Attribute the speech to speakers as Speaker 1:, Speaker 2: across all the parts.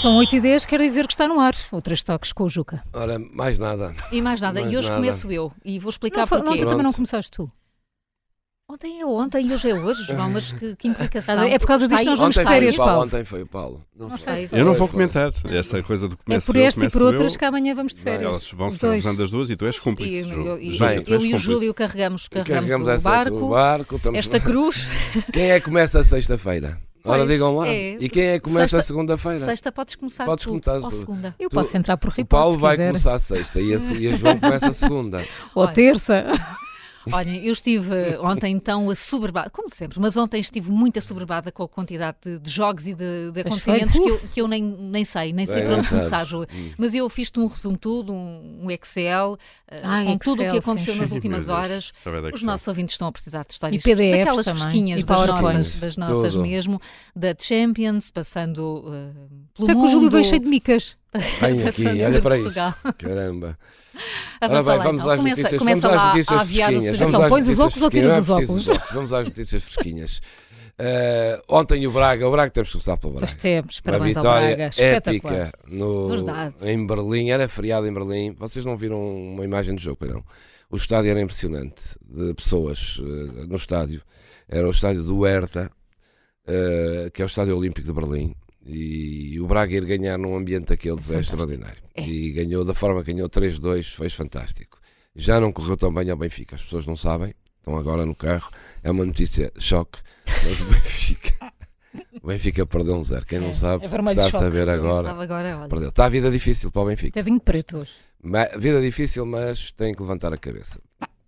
Speaker 1: São 8 e 10 quer dizer que está no ar. Outras toques com o Juca.
Speaker 2: Ora, mais nada.
Speaker 3: E mais nada.
Speaker 2: Mais
Speaker 3: e hoje
Speaker 2: nada.
Speaker 3: começo eu. E vou explicar
Speaker 1: Não, foi- não, tu
Speaker 3: porquê.
Speaker 2: Pronto.
Speaker 1: também não começaste tu. É
Speaker 3: Ontem é ontem e hoje é hoje, João, mas que, que implicação.
Speaker 1: É por causa disto
Speaker 3: Está
Speaker 1: nós
Speaker 3: aí-
Speaker 1: vamos de
Speaker 2: Ontem foi,
Speaker 1: férias,
Speaker 2: o Paulo,
Speaker 1: Paulo.
Speaker 2: ontem foi o Paulo.
Speaker 1: Não
Speaker 2: sei.
Speaker 1: sei se-
Speaker 4: Eu não
Speaker 2: Foi,
Speaker 4: vou
Speaker 2: foi.
Speaker 4: comentar essa coisa do
Speaker 1: É
Speaker 4: começo
Speaker 1: por
Speaker 4: eu,
Speaker 1: esta e
Speaker 4: começo
Speaker 1: por outras
Speaker 4: eu,
Speaker 1: que amanhã vamos de férias.
Speaker 4: Elas vão
Speaker 1: Os
Speaker 4: se
Speaker 1: dois.
Speaker 4: cruzando as duas e tu és
Speaker 3: E,
Speaker 4: cúmplice, Ju.
Speaker 3: eu, e-
Speaker 4: Júlia, tu
Speaker 3: eu
Speaker 4: és
Speaker 3: e o
Speaker 4: cúmplice.
Speaker 3: Júlio carregamos,
Speaker 2: E
Speaker 3: carregamos, o
Speaker 2: essa-
Speaker 3: barco,
Speaker 2: o barco, estamos-
Speaker 3: esta cruz.
Speaker 2: Quem é que começa a sexta-feira? Ora,
Speaker 3: Pois,
Speaker 2: digam lá.
Speaker 3: é.
Speaker 2: E quem é que começa
Speaker 3: Sexta-
Speaker 2: a segunda-feira?
Speaker 3: Sexta podes começar
Speaker 2: Podes
Speaker 3: tu,
Speaker 2: começar
Speaker 3: ou
Speaker 2: tu.
Speaker 3: segunda.
Speaker 1: Eu
Speaker 2: Tu-
Speaker 1: posso entrar por
Speaker 2: O
Speaker 1: repórter
Speaker 2: Paulo
Speaker 1: se
Speaker 2: vai
Speaker 1: quiser.
Speaker 2: começar a sexta e a, e a João começa a segunda.
Speaker 1: Ou
Speaker 3: Olha.
Speaker 1: terça.
Speaker 3: Olhem, eu estive eh, ontem tão assoberbada, como sempre, mas ontem estive muito assoberbada com a quantidade de, de jogos e de, de
Speaker 1: Pois
Speaker 3: acontecimentos
Speaker 1: foi.
Speaker 3: que eu, que eu nem, nem sei, nem sei
Speaker 2: Bem,
Speaker 3: por onde
Speaker 2: não
Speaker 3: começar,
Speaker 2: sabes.
Speaker 3: Ju.
Speaker 2: Hum.
Speaker 3: Mas eu fiz-te um resumo tudo, um, um Excel, eh,
Speaker 1: Ai,
Speaker 3: com tudo o
Speaker 1: Ah, Excel,
Speaker 3: que aconteceu
Speaker 1: sim.
Speaker 3: nas
Speaker 4: Sim,
Speaker 3: últimas
Speaker 4: meu Deus.
Speaker 3: horas.
Speaker 4: Já vai dar
Speaker 3: Os
Speaker 4: questão.
Speaker 3: nossos ouvintes estão a precisar de histórias
Speaker 1: E PDFs
Speaker 3: daquelas
Speaker 1: também,
Speaker 3: fresquinhas
Speaker 1: e
Speaker 3: das
Speaker 1: PowerPoints.
Speaker 3: nossas, das nossas
Speaker 2: Tudo.
Speaker 3: mesmo, da Champions, passando eh, pelo
Speaker 1: Sei que o
Speaker 3: mundo,
Speaker 1: Júlio veio cheio de micas.
Speaker 2: Vem aqui,
Speaker 3: passando
Speaker 2: olha
Speaker 3: por
Speaker 2: para isto.
Speaker 3: Portugal.
Speaker 2: Caramba. Ora
Speaker 3: Avança
Speaker 2: bem,
Speaker 3: lá,
Speaker 2: vamos
Speaker 3: então.
Speaker 2: às
Speaker 3: começa,
Speaker 2: notícias,
Speaker 3: começa
Speaker 2: vamos
Speaker 3: lá
Speaker 2: às notícias
Speaker 3: a aviar o
Speaker 2: fresquinhas.
Speaker 3: sujeito.
Speaker 2: Vamos
Speaker 1: Então,
Speaker 2: às
Speaker 1: pões os
Speaker 2: notícias
Speaker 1: óculos ou
Speaker 2: fresquinhas.
Speaker 1: tiras
Speaker 2: Não é
Speaker 1: os
Speaker 2: preciso
Speaker 1: óculos?
Speaker 2: Vamos às notícias fresquinhas. Eh, ontem o Braga, o Braga temos que começar pelo Braga.
Speaker 1: Mas temos.
Speaker 2: Uma
Speaker 1: Parabéns ao Braga.
Speaker 2: vitória
Speaker 1: Espetacular.
Speaker 2: épica no,
Speaker 3: Verdade.
Speaker 2: em Berlim. Era feriado em Berlim. Vocês não viram uma imagem do jogo, pois não? O estádio era impressionante de pessoas eh, no estádio. Era o estádio do Hertha, eh, que é o estádio olímpico de Berlim. E o Braga ir ganhar num ambiente daqueles é extraordinário. E ganhou da forma que ganhou 3-2, foi fantástico. Já não correu tão bem ao Benfica. As pessoas não sabem, estão Então, agora no carro. É uma notícia choque. Mas o Benfica. O Benfica perdeu um zero. Quem não sabe,
Speaker 1: é vermelho
Speaker 2: está a
Speaker 1: choque.
Speaker 2: saber agora.
Speaker 3: Estava agora, olha.
Speaker 2: Perdeu. Está a vida difícil para o Benfica.
Speaker 1: Até vinho preto hoje.
Speaker 2: Ma- Vida difícil, mas tem que levantar a cabeça.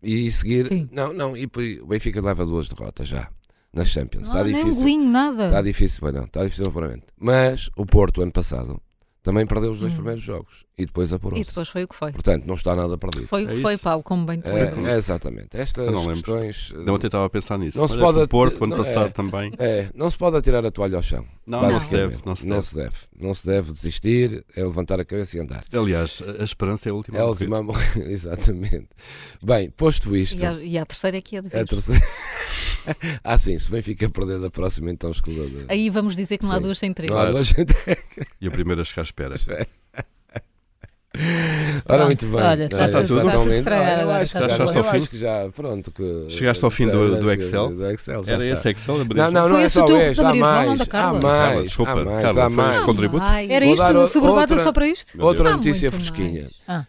Speaker 2: E seguir.
Speaker 1: Sim.
Speaker 2: Não, não. E por- o Benfica leva duas derrotas já. Na Champions.
Speaker 1: Ah, Não,
Speaker 2: está
Speaker 1: nem
Speaker 2: difícil.
Speaker 1: golinho, nada.
Speaker 2: Está difícil, mas não. Está difícil puramente. Mas o Porto, ano passado, também perdeu os dois
Speaker 1: Hum.
Speaker 2: primeiros jogos. E depois apurou.
Speaker 3: E depois foi o que foi.
Speaker 2: Portanto, não está nada perdido.
Speaker 3: Foi o que
Speaker 4: É
Speaker 3: foi,
Speaker 4: isso.
Speaker 3: Paulo, como bem te lembro.
Speaker 2: É, é exatamente. Estas
Speaker 4: Eu não lembro.
Speaker 2: questões. eh,
Speaker 4: Não, ontem estava a pensar nisso.
Speaker 2: Não se
Speaker 4: Olha,
Speaker 2: pode-
Speaker 4: o Porto, ano
Speaker 2: não,
Speaker 4: passado
Speaker 2: é.
Speaker 4: também.
Speaker 2: É, não se pode atirar a toalha ao chão.
Speaker 4: Não, não se
Speaker 2: basicamente.
Speaker 4: deve. Não se
Speaker 2: Não
Speaker 4: deve.
Speaker 2: se deve. Não se deve desistir, é levantar a cabeça e andar.
Speaker 4: Aliás, a a esperança é a última.
Speaker 2: É a
Speaker 4: a
Speaker 2: última a morrer, exatamente. Bem, posto isto,
Speaker 3: E a, e a terceira é que é de
Speaker 2: é a
Speaker 3: vez.
Speaker 2: terceira. ah, sim, se bem fica a perder da próxima, então escolha. de-
Speaker 3: Aí vamos dizer que não há
Speaker 2: Sim.
Speaker 3: duas sem três.
Speaker 2: Não há
Speaker 4: Claro.
Speaker 2: duas gente.
Speaker 4: morrer. E a primeira a chegar à espera.
Speaker 2: Ora,
Speaker 1: Pronto,
Speaker 2: muito bem.
Speaker 1: olha, está
Speaker 4: tudo- está
Speaker 2: totalmente-
Speaker 1: tudo estragado
Speaker 2: Olha, eu
Speaker 1: agora,
Speaker 2: acho que
Speaker 1: está
Speaker 2: já-
Speaker 4: tudo
Speaker 2: Eu
Speaker 4: estragado.
Speaker 2: acho que já, pronto. Que,
Speaker 4: Chegaste ao fim
Speaker 2: já-
Speaker 4: do- do
Speaker 2: já-
Speaker 4: Excel?
Speaker 2: do Excel, já
Speaker 4: Era
Speaker 2: está.
Speaker 4: esse Excel da
Speaker 2: Não, não,
Speaker 1: Foi
Speaker 2: não é
Speaker 1: esse
Speaker 2: só
Speaker 1: o teu, da
Speaker 2: este, há
Speaker 1: Maria João, não
Speaker 2: mais.
Speaker 1: da
Speaker 2: Há
Speaker 1: Carla.
Speaker 4: Carla,
Speaker 2: mais,
Speaker 4: desculpa,
Speaker 2: há mais,
Speaker 4: Carla,
Speaker 2: há
Speaker 4: foi
Speaker 2: mais.
Speaker 4: este contributo?
Speaker 3: Ai,
Speaker 1: Era
Speaker 2: Vou
Speaker 1: isto?
Speaker 2: dar o-
Speaker 1: Sobrevada
Speaker 2: outra-
Speaker 1: só para isto?
Speaker 4: Meu
Speaker 2: Outra
Speaker 3: Deus. Há
Speaker 2: notícia
Speaker 3: muito
Speaker 2: fresquinha.
Speaker 1: Ah.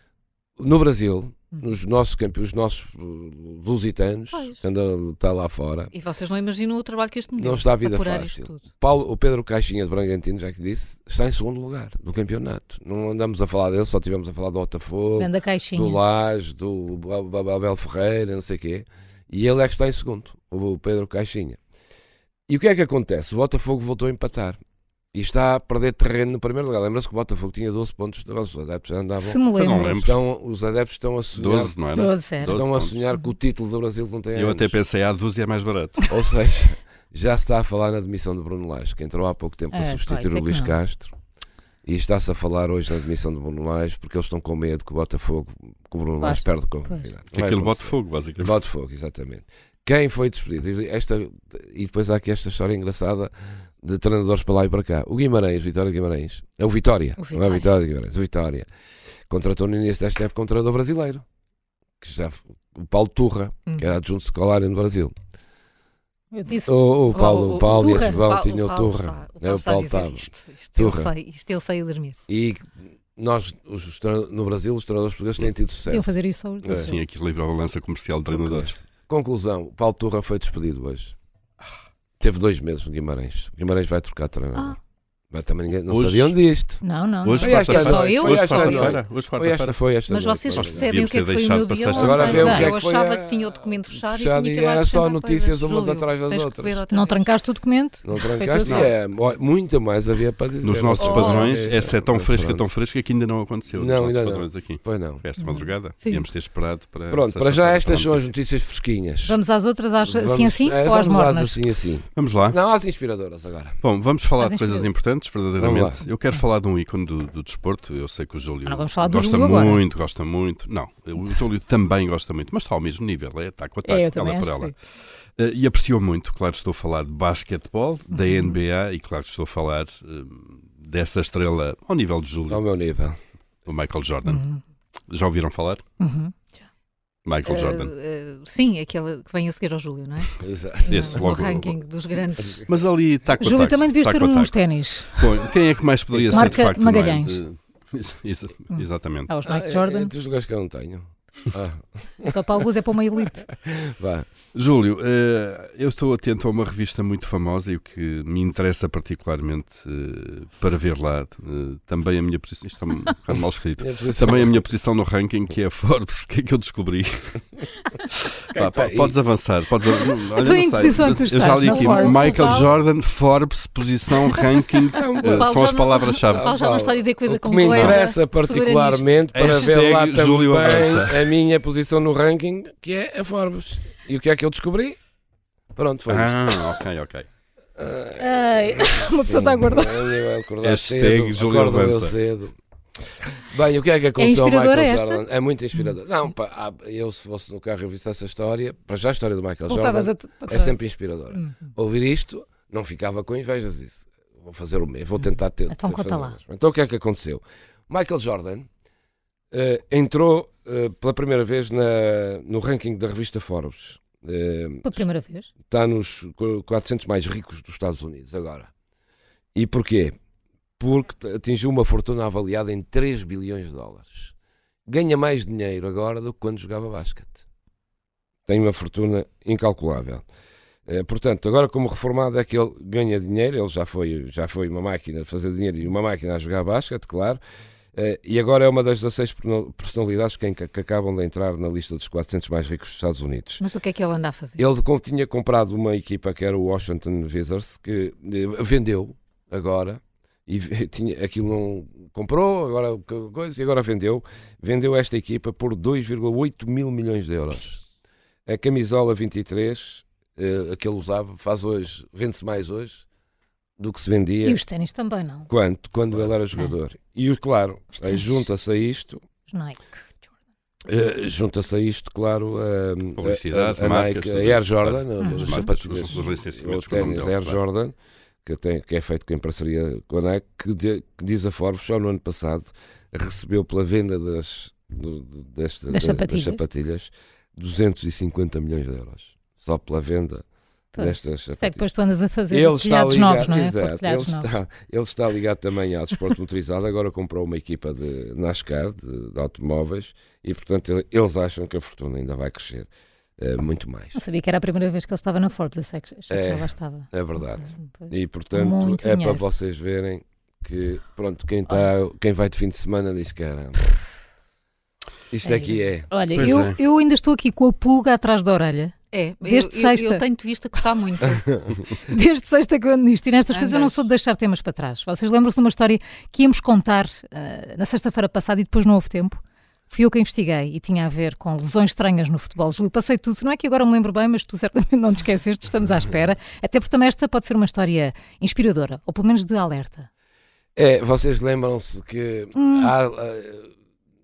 Speaker 2: No Brasil,
Speaker 1: Hum.
Speaker 2: nos nossos campeões, os nossos uh, lusitanos,
Speaker 3: Pois.
Speaker 2: que andam está lá fora.
Speaker 3: E vocês não imaginam o trabalho que este me deu.
Speaker 2: Não está a vida
Speaker 3: apurar isto
Speaker 2: fácil.
Speaker 3: tudo.
Speaker 2: Paulo, o Pedro Caixinha de Bragantino, já que disse, está em segundo lugar do campeonato. Não andamos a falar dele, só tivemos a falar do Botafogo,
Speaker 1: Venda caixinha.
Speaker 3: Hum.
Speaker 2: do Lage, do Ab- Ab- Abel Ferreira, não sei o quê. E ele é que está em segundo, o Pedro Caixinha. E o que é que acontece? O Botafogo voltou a empatar. E está a perder terreno no primeiro lugar. Lembra-se que o Botafogo tinha 12 pontos de avanço. Os adeptos já andavam.
Speaker 1: Se me
Speaker 4: Eu não
Speaker 1: lembro.
Speaker 4: lembro.
Speaker 2: Estão, os adeptos estão a sonhar
Speaker 4: 12, não era?
Speaker 1: 12 era.
Speaker 4: Doze.
Speaker 2: Estão Então, a é
Speaker 4: pontos.
Speaker 2: sonhar que o título do Brasil não tem
Speaker 4: Eu
Speaker 2: anos.
Speaker 4: até pensei, há 12 é mais barato.
Speaker 2: Ou seja, já se está a falar na demissão do Bruno Lage, que entrou há pouco tempo
Speaker 1: É,
Speaker 2: para
Speaker 1: pá,
Speaker 2: substituir
Speaker 1: isso é
Speaker 2: o
Speaker 1: que
Speaker 2: Luís
Speaker 1: não.
Speaker 2: Castro. E está-se a falar hoje na demissão do Bruno Lage, porque eles estão com medo que o Botafogo, que o Bruno Lage
Speaker 1: Basta,
Speaker 2: perde com o
Speaker 1: pois.
Speaker 2: campeonato.
Speaker 4: Que
Speaker 2: Não vai
Speaker 4: aquilo bota
Speaker 2: acontecer.
Speaker 4: fogo, basicamente.
Speaker 2: Botafogo, exatamente. Quem foi despedido? E Esta, e depois há aqui esta história engraçada de treinadores para lá e para cá. O Guimarães, Vitória Guimarães. É o Vitória.
Speaker 3: O
Speaker 2: Não é Vitória Guimarães, o Vitória. Contratou no início desta época um treinador brasileiro. Que já, o Paulo Turra,
Speaker 1: Hum.
Speaker 2: que era adjunto escolar no Brasil.
Speaker 1: Eu disse.
Speaker 2: O, o Paulo,
Speaker 1: o-
Speaker 2: o Paulo e
Speaker 1: Turra.
Speaker 2: a João
Speaker 3: Paulo-
Speaker 2: tinham o
Speaker 3: Paulo
Speaker 2: Turra.
Speaker 3: está-
Speaker 2: É o Paulo
Speaker 3: Paulo está a dizer
Speaker 2: Tavares.
Speaker 3: isto. Isto eu
Speaker 2: Turra.
Speaker 3: sei, isto eu sei a dormir.
Speaker 2: E nós, os, os treina- no Brasil, os treinadores portugueses têm tido sucesso.
Speaker 1: Iam fazer isso
Speaker 2: É.
Speaker 1: aos dois.
Speaker 4: Assim, equilibra a balança comercial de treinadores.
Speaker 2: Conclusão: o Paulo Turra foi despedido hoje. Teve dois meses no Guimarães. O Guimarães vai trocar de treinador.
Speaker 3: Ah.
Speaker 2: Mas também ninguém, não
Speaker 4: Hoje-
Speaker 2: sabiam disto.
Speaker 1: Não, não.
Speaker 4: Hoje,
Speaker 2: Foi esta
Speaker 4: quarta-feira.
Speaker 3: noite, foi
Speaker 4: Hoje,
Speaker 2: esta
Speaker 4: quarta-feira. Hoje,
Speaker 2: Foi esta,
Speaker 4: quarta-feira.
Speaker 2: foi esta.
Speaker 3: Mas
Speaker 2: noite,
Speaker 3: vocês
Speaker 2: olha.
Speaker 3: percebem o
Speaker 4: devíamos
Speaker 3: que é que
Speaker 4: ter
Speaker 3: foi o
Speaker 4: deixado
Speaker 3: meu
Speaker 4: de
Speaker 3: dia
Speaker 4: passar esta
Speaker 3: ontem?
Speaker 2: Agora vê o que é
Speaker 3: Eu
Speaker 2: que foi
Speaker 3: achava
Speaker 2: a-
Speaker 3: que tinha o documento fechado e
Speaker 2: Já
Speaker 3: tinha que ir
Speaker 2: era
Speaker 3: lá
Speaker 2: só
Speaker 3: acrescentar
Speaker 2: notícias
Speaker 3: coisas.
Speaker 2: umas
Speaker 3: Júlio,
Speaker 2: atrás das
Speaker 3: tens que
Speaker 2: outras.
Speaker 3: beber outra
Speaker 1: Não
Speaker 3: vez.
Speaker 1: trancaste o documento?
Speaker 2: Não trancaste?
Speaker 1: Foi tudo.
Speaker 2: É, mo- muita mais havia para dizer.
Speaker 4: Nos nossos
Speaker 3: Oh.
Speaker 4: padrões,
Speaker 2: Deixa,
Speaker 4: essa é tão
Speaker 2: mas
Speaker 4: fresca,
Speaker 2: pronto.
Speaker 4: tão fresca que ainda não aconteceu.
Speaker 2: Não,
Speaker 4: Nos nossos
Speaker 2: ainda não.
Speaker 4: padrões aqui.
Speaker 2: Pois não.
Speaker 4: Foi esta
Speaker 1: Hum.
Speaker 4: madrugada.
Speaker 3: Sim.
Speaker 4: Íamos ter esperado para.
Speaker 2: Pronto, para já
Speaker 4: sexta-feira
Speaker 2: estas são
Speaker 4: falarmos
Speaker 2: as notícias fresquinhas.
Speaker 1: Vamos às outras, às, assim
Speaker 2: Vamos-
Speaker 1: assim
Speaker 2: é,
Speaker 1: ou às
Speaker 2: vamos às
Speaker 1: mornas?
Speaker 2: assim assim.
Speaker 4: disso. Vamos lá.
Speaker 2: Não, às inspiradoras agora.
Speaker 4: Bom, vamos falar de
Speaker 1: Fazem
Speaker 4: coisas
Speaker 1: sentido.
Speaker 4: importantes,
Speaker 2: Vamos
Speaker 4: verdadeiramente. Eu quero falar de um ícone do, do desporto. Eu sei que o Júlio
Speaker 1: Ah, não vamos falar do
Speaker 4: gosta
Speaker 1: Júlio agora.
Speaker 4: muito, gosta muito. Não, o Júlio também gosta muito, mas está ao mesmo nível, é ataque com ataque,
Speaker 1: É, eu
Speaker 4: ela
Speaker 1: também acho
Speaker 4: por
Speaker 1: que
Speaker 4: ela.
Speaker 1: sim.
Speaker 4: Eh, E apreciou muito, claro, estou a falar de basquetebol, da
Speaker 3: Uhum.
Speaker 4: NBA e, claro, estou a falar eh, dessa estrela ao nível de Júlio,
Speaker 2: Ao meu nível.
Speaker 4: o Michael Jordan.
Speaker 3: Uhum.
Speaker 4: Já ouviram falar?
Speaker 3: Uhum.
Speaker 4: Michael Jordan.
Speaker 3: Eh, eh, sim, aquele que vem a seguir ao Júlio, não é?
Speaker 2: Exato.
Speaker 4: Esse,
Speaker 3: no
Speaker 4: logo-
Speaker 3: ranking dos
Speaker 2: Ah,
Speaker 3: grandes.
Speaker 4: Mas ali taco a
Speaker 1: Júlio,
Speaker 4: taco,
Speaker 1: também devias
Speaker 4: taco
Speaker 1: ter
Speaker 4: a
Speaker 1: uns
Speaker 4: taco.
Speaker 1: ténis.
Speaker 4: Bom, quem é que mais poderia ser, de
Speaker 1: Marca
Speaker 4: facto?
Speaker 1: Magalhães.
Speaker 4: Não é? De- Ex- ex-
Speaker 1: Hum.
Speaker 4: Exatamente.
Speaker 1: Há os
Speaker 2: Ah,
Speaker 1: Mike
Speaker 2: é- É,
Speaker 1: Jordan.
Speaker 2: dos lugares que eu não tenho. Ah,
Speaker 1: Só para alguns é para uma elite.
Speaker 2: vá.
Speaker 4: Júlio, eh, eu estou atento a uma revista muito famosa e o que me interessa particularmente eh, para ver lá, eh, também a minha posição, isto está um bocado mal escrito,
Speaker 2: É a posição-
Speaker 4: também a minha posição no ranking, que é a Forbes, o que é que eu descobri?
Speaker 2: tá
Speaker 4: Vá, po-
Speaker 2: aí?
Speaker 4: podes avançar, podes avançar. Olha,
Speaker 1: Tu em
Speaker 4: não
Speaker 1: que
Speaker 4: sei,
Speaker 1: posição é que tu
Speaker 4: eu
Speaker 1: estás,
Speaker 4: já li
Speaker 1: na
Speaker 4: aqui,
Speaker 1: Forbes?
Speaker 4: Michael
Speaker 3: Paulo?
Speaker 4: Jordan, Forbes, posição, ranking,
Speaker 2: é um
Speaker 4: eh,
Speaker 3: Paulo
Speaker 4: são
Speaker 3: já
Speaker 4: as
Speaker 3: não-
Speaker 4: palavras-chave.
Speaker 2: Ah,
Speaker 3: Paulo já não
Speaker 2: Paulo, um
Speaker 3: está a dizer coisa
Speaker 2: O que
Speaker 3: como
Speaker 2: me
Speaker 3: coisa.
Speaker 1: né?
Speaker 2: interessa
Speaker 3: segura nisto.
Speaker 2: particularmente para ver lá
Speaker 4: Hashtag Júlio
Speaker 2: também
Speaker 4: avança.
Speaker 2: a minha posição no ranking, que é a Forbes. E o que é que eu descobri? Pronto, foi isto.
Speaker 4: Ah, ok, ok.
Speaker 1: Ai, uma pessoa está a guardar.
Speaker 2: Eu acordar
Speaker 4: Hashtag
Speaker 2: cedo,
Speaker 4: Júlio
Speaker 2: acordo eu
Speaker 4: avança.
Speaker 2: cedo. Bem, o que é que aconteceu ao
Speaker 1: inspiradora
Speaker 2: Michael
Speaker 1: esta?
Speaker 2: Jordan? É muito inspirador. Não, pá, ah, eu se fosse no carro e visse essa história, para já a história do Michael
Speaker 1: Voltavas
Speaker 2: Jordan
Speaker 1: a. para
Speaker 2: é
Speaker 1: trás.
Speaker 2: sempre inspiradora.
Speaker 1: Hum.
Speaker 2: Ouvir isto, não ficava com invejas disso. Vou fazer o mesmo, vou tentar ter.
Speaker 3: Então
Speaker 2: ter-
Speaker 3: conta
Speaker 2: fazer o
Speaker 3: lá.
Speaker 2: mesmo. Então o que é que aconteceu? Michael Jordan eh, entrou eh, pela primeira vez na- no ranking da revista Forbes. Eh,
Speaker 3: Pela primeira vez.
Speaker 2: está tá nos 400 mais ricos dos Estados Unidos agora. E porquê? Porque t- atingiu uma fortuna avaliada em 3 bilhões de dólares. Ganha mais dinheiro agora do que quando jogava basquete. Tem uma fortuna incalculável. Eh, portanto, agora como reformado é que ele ganha dinheiro, ele já foi, já foi uma máquina a fazer dinheiro e uma máquina a jogar basquete, claro. Eh, e agora é uma das 16 perno- personalidades que, enca- que acabam de entrar na lista dos 400 mais ricos dos Estados Unidos.
Speaker 3: Mas o que é que ele anda a fazer?
Speaker 2: Ele com- tinha comprado uma equipa que era o Washington Wizards, que eh, vendeu agora. E ve- tinha, aquilo não comprou, agora o que- coisa, e agora vendeu. Vendeu esta equipa por 2,8 mil milhões de euros. A camisola 23, eh, a que ele usava, faz hoje, vende-se mais hoje do que se vendia
Speaker 1: E os ténis também, não?
Speaker 2: quando, quando ele era jogador. E o- claro,
Speaker 1: Os
Speaker 2: aí
Speaker 1: ténis.
Speaker 2: junta-se a isto,
Speaker 3: Os Nike.
Speaker 2: eh, junta-se a isto, claro, a,
Speaker 4: Publicidade,
Speaker 2: a, a
Speaker 4: marcas,
Speaker 2: Nike, a
Speaker 4: tudo
Speaker 2: Air
Speaker 4: isso,
Speaker 2: Jordan,
Speaker 4: claro.
Speaker 2: os
Speaker 4: As marcas,
Speaker 2: sapatilhas,
Speaker 4: os- os licenciamentos
Speaker 2: o
Speaker 4: com o nome
Speaker 2: ténis
Speaker 4: dela,
Speaker 2: Air
Speaker 4: claro.
Speaker 2: Jordan, que, tem, que é feito em parceria com a Nike, que, de- que diz a Forbes, só no ano passado, recebeu pela venda das, do- do- desta-
Speaker 1: Das
Speaker 2: da-
Speaker 1: sapatilhas.
Speaker 2: sapatilhas 250 milhões de euros, só pela venda
Speaker 1: Pois.
Speaker 2: destas
Speaker 1: Sei
Speaker 2: sapatilhas.
Speaker 1: que depois tu andas a fazer
Speaker 2: Ele está
Speaker 1: telhados
Speaker 2: ligado,
Speaker 1: novos, não é?
Speaker 2: exato,
Speaker 1: Por
Speaker 2: ele,
Speaker 1: telhados novos.
Speaker 2: está, ele está ligado também ao desporto motorizado. Agora comprou uma equipa de NASCAR, de, de automóveis, e portanto ele- eles acham que a fortuna ainda vai crescer eh, muito mais.
Speaker 1: Não sabia que era a primeira vez que ele estava na Forbes, eu sei que, sei que
Speaker 2: É,
Speaker 1: já lá estava.
Speaker 2: É verdade.
Speaker 1: Pois.
Speaker 2: E portanto
Speaker 1: Muito
Speaker 2: é
Speaker 1: dinheiro.
Speaker 2: para vocês verem que, pronto, quem, tá, quem vai de fim de semana diz: caramba, isto
Speaker 1: É
Speaker 2: aqui é.
Speaker 1: Olha,
Speaker 4: Pois
Speaker 1: eu,
Speaker 4: é.
Speaker 1: eu ainda estou aqui com a pulga atrás da orelha.
Speaker 3: É, eu-
Speaker 1: Desde
Speaker 3: eu,
Speaker 1: sexta.
Speaker 3: Eu, tenho-te visto a coçar muito.
Speaker 1: Desde sexta que eu ando nisto. E nestas coisas eu não
Speaker 3: Andas.
Speaker 1: sou de deixar temas para trás. Vocês lembram-se de uma história que íamos contar ah, na sexta-feira passada e depois não houve tempo? Fui eu que investiguei e tinha a ver com lesões estranhas no futebol. Júlio, passei tudo. Não é que agora me lembro bem, mas tu certamente não te esqueceste. Estamos à espera. Até porque também esta pode ser uma história inspiradora, ou pelo menos de alerta.
Speaker 2: É, vocês lembram-se que
Speaker 1: Hum.
Speaker 2: há, eh,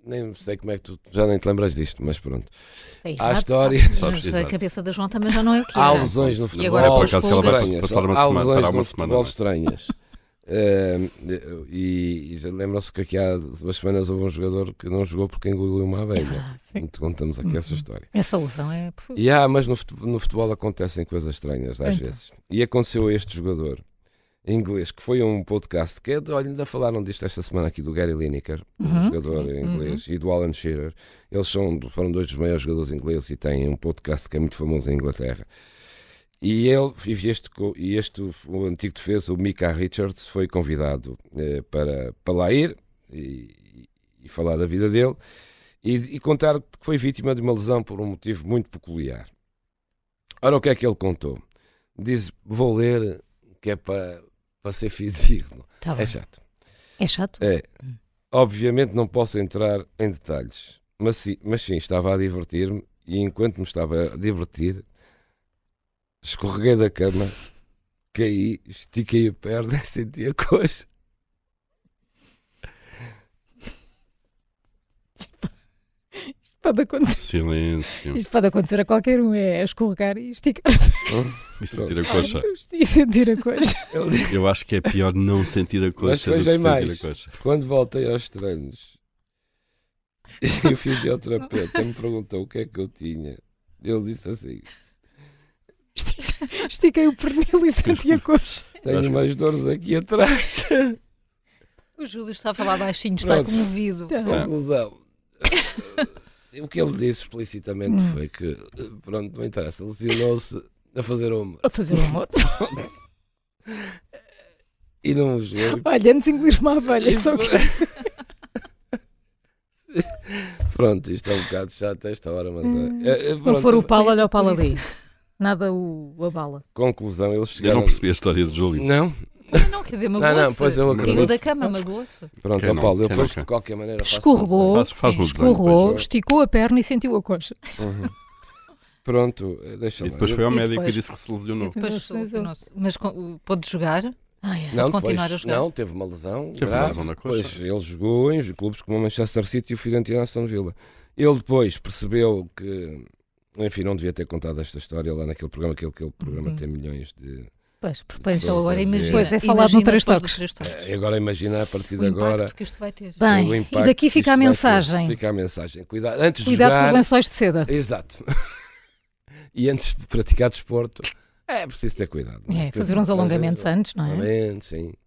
Speaker 2: nem sei como é que tu já nem te lembras disto, mas pronto.
Speaker 1: Sei
Speaker 2: Há
Speaker 1: lá,
Speaker 2: história.
Speaker 3: Mas a
Speaker 4: exato.
Speaker 3: cabeça da João também já não é aqui.
Speaker 2: Há
Speaker 3: não é?
Speaker 2: lesões no
Speaker 3: E
Speaker 2: futebol.
Speaker 3: agora é por
Speaker 4: acaso que ela vai
Speaker 2: estranhas. é?
Speaker 4: passar uma
Speaker 2: Há
Speaker 4: semana-
Speaker 2: lesões
Speaker 4: parar uma
Speaker 2: no
Speaker 4: semana,
Speaker 2: futebol
Speaker 4: não é?
Speaker 2: estranhas. Ahm, e e já lembram-se que aqui há duas semanas houve um jogador que não jogou porque engoliu uma
Speaker 1: É
Speaker 2: abelha.
Speaker 3: Ah,
Speaker 1: verdade. sim.
Speaker 2: Muito contamos aqui essa história.
Speaker 1: Essa lesão é.
Speaker 2: E há, mas no futebol, no futebol acontecem coisas estranhas às
Speaker 1: Então.
Speaker 2: vezes. E aconteceu a este jogador em inglês, que foi a um podcast que é, de- olha, ainda falaram disto esta semana aqui do Gary Lineker, um
Speaker 1: Uhum.
Speaker 2: jogador inglês, e do Alan Shearer. Eles são, foram dois dos maiores jogadores ingleses e têm um podcast que é muito famoso em Inglaterra. E ele, e este, co- e este o antigo defesa, o Mika Richards, foi convidado eh, para, para lá ir e, e falar da vida dele e, e contar que foi vítima de uma lesão por um motivo muito peculiar. Ora, o que é que ele contou? Diz: Vou ler que é para, para ser fidedigno.
Speaker 1: Tá bem.
Speaker 2: É chato.
Speaker 1: É chato.
Speaker 2: É.
Speaker 1: Hum.
Speaker 2: Obviamente não posso entrar em detalhes, mas sim, mas sim estava a divertir-me e enquanto me estava a divertir, escorreguei da cama, caí, estiquei a perna e senti a coxa.
Speaker 1: pode acontecer.
Speaker 4: Silêncio.
Speaker 1: Isto pode acontecer a qualquer um, é escorregar e esticar
Speaker 4: E sentir a coxa.
Speaker 1: e sentir a coisa.
Speaker 4: Eu acho que é pior não sentir a coxa do que
Speaker 2: coisa é
Speaker 4: sentir
Speaker 2: mais.
Speaker 4: a coxa.
Speaker 2: Quando voltei aos treinos e o fisioterapeuta me perguntou o que é que eu tinha, ele disse assim:
Speaker 1: Estica- Estiquei o pernil e senti a coxa.
Speaker 2: Tenho
Speaker 4: Acho que-
Speaker 2: umas dores aqui atrás.
Speaker 3: O Júlio está a falar baixinho, está
Speaker 2: Pronto.
Speaker 3: comovido.
Speaker 1: Então,
Speaker 4: Ah.
Speaker 2: Conclusão. Eh, o que ele disse explicitamente
Speaker 1: Hum.
Speaker 2: foi que, eh, pronto, não interessa, lesionou-se a fazer uma.
Speaker 1: a fazer um amor.
Speaker 2: E não jogou.
Speaker 1: Olha, antes engolir uma abelha, só que
Speaker 2: Pronto, isto é um bocado chato a esta hora, mas é. é, é,
Speaker 1: Hum. se não
Speaker 2: pronto,
Speaker 1: for o Paulo, olha o Paulo
Speaker 3: Por
Speaker 1: ali. Nada o o abala.
Speaker 2: Conclusão, eles
Speaker 4: Eu
Speaker 2: chegaram.
Speaker 4: não percebi a história do Júlio.
Speaker 2: Não? Ah,
Speaker 3: Não, não, quer dizer, magoou-se.
Speaker 2: não, pois eu
Speaker 3: Caiu
Speaker 2: acredito.
Speaker 3: da cama, magoou-se.
Speaker 2: Pronto,
Speaker 4: Quem
Speaker 2: ó
Speaker 4: não?
Speaker 2: Paulo, eu
Speaker 4: Quem
Speaker 2: depois
Speaker 4: não quer?
Speaker 2: de qualquer maneira. faço
Speaker 1: Escorregou.
Speaker 4: Faz- Faz-me o desenho.
Speaker 1: Escorregou,
Speaker 2: depois.
Speaker 1: esticou a perna e sentiu a coxa.
Speaker 2: Uhum. Pronto, eh, deixa
Speaker 4: depois. E
Speaker 2: lá.
Speaker 4: depois foi ao
Speaker 1: E
Speaker 4: médico e
Speaker 1: depois-
Speaker 4: disse que se
Speaker 3: E
Speaker 4: lesionou.
Speaker 3: depois,
Speaker 1: Não sei,
Speaker 3: o nosso- mas con- pode jogar?
Speaker 1: Ai, ai.
Speaker 2: não, depois,
Speaker 3: continuar a jogar.
Speaker 2: não, teve uma lesão.
Speaker 4: Teve uma
Speaker 2: grave.
Speaker 4: lesão na coxa.
Speaker 2: Pois ele jogou em clubes como o Manchester City e o Fiorentina Aston Villa. Ele depois percebeu que, enfim, não devia ter contado esta história lá naquele programa, é aquele, aquele programa
Speaker 1: Uhum.
Speaker 2: tem milhões de.
Speaker 1: Pois, propõe-se
Speaker 2: Pois
Speaker 3: Então
Speaker 1: ao-
Speaker 2: é,
Speaker 3: agora
Speaker 2: é.
Speaker 3: imagina.
Speaker 1: Pois é, falado no
Speaker 3: imagina
Speaker 1: Três
Speaker 3: depois do
Speaker 1: Toques.
Speaker 3: Três Toques.
Speaker 2: Eh, Agora imagina a partir
Speaker 3: O
Speaker 2: de agora.
Speaker 3: impacto que isto vai ter.
Speaker 2: o
Speaker 1: Bem, e
Speaker 2: impacto
Speaker 1: daqui
Speaker 2: que
Speaker 1: fica
Speaker 2: isto
Speaker 1: a
Speaker 2: vai ter.
Speaker 1: mensagem.
Speaker 2: Fica a mensagem. Cuidado, antes de
Speaker 1: Cuidado com
Speaker 2: jogar.
Speaker 1: os lençóis de seda.
Speaker 2: Exato. e antes de praticar desporto, é preciso ter cuidado. não
Speaker 1: É, fazer uns alongamentos antes, não é?
Speaker 2: Alongamentos, sim.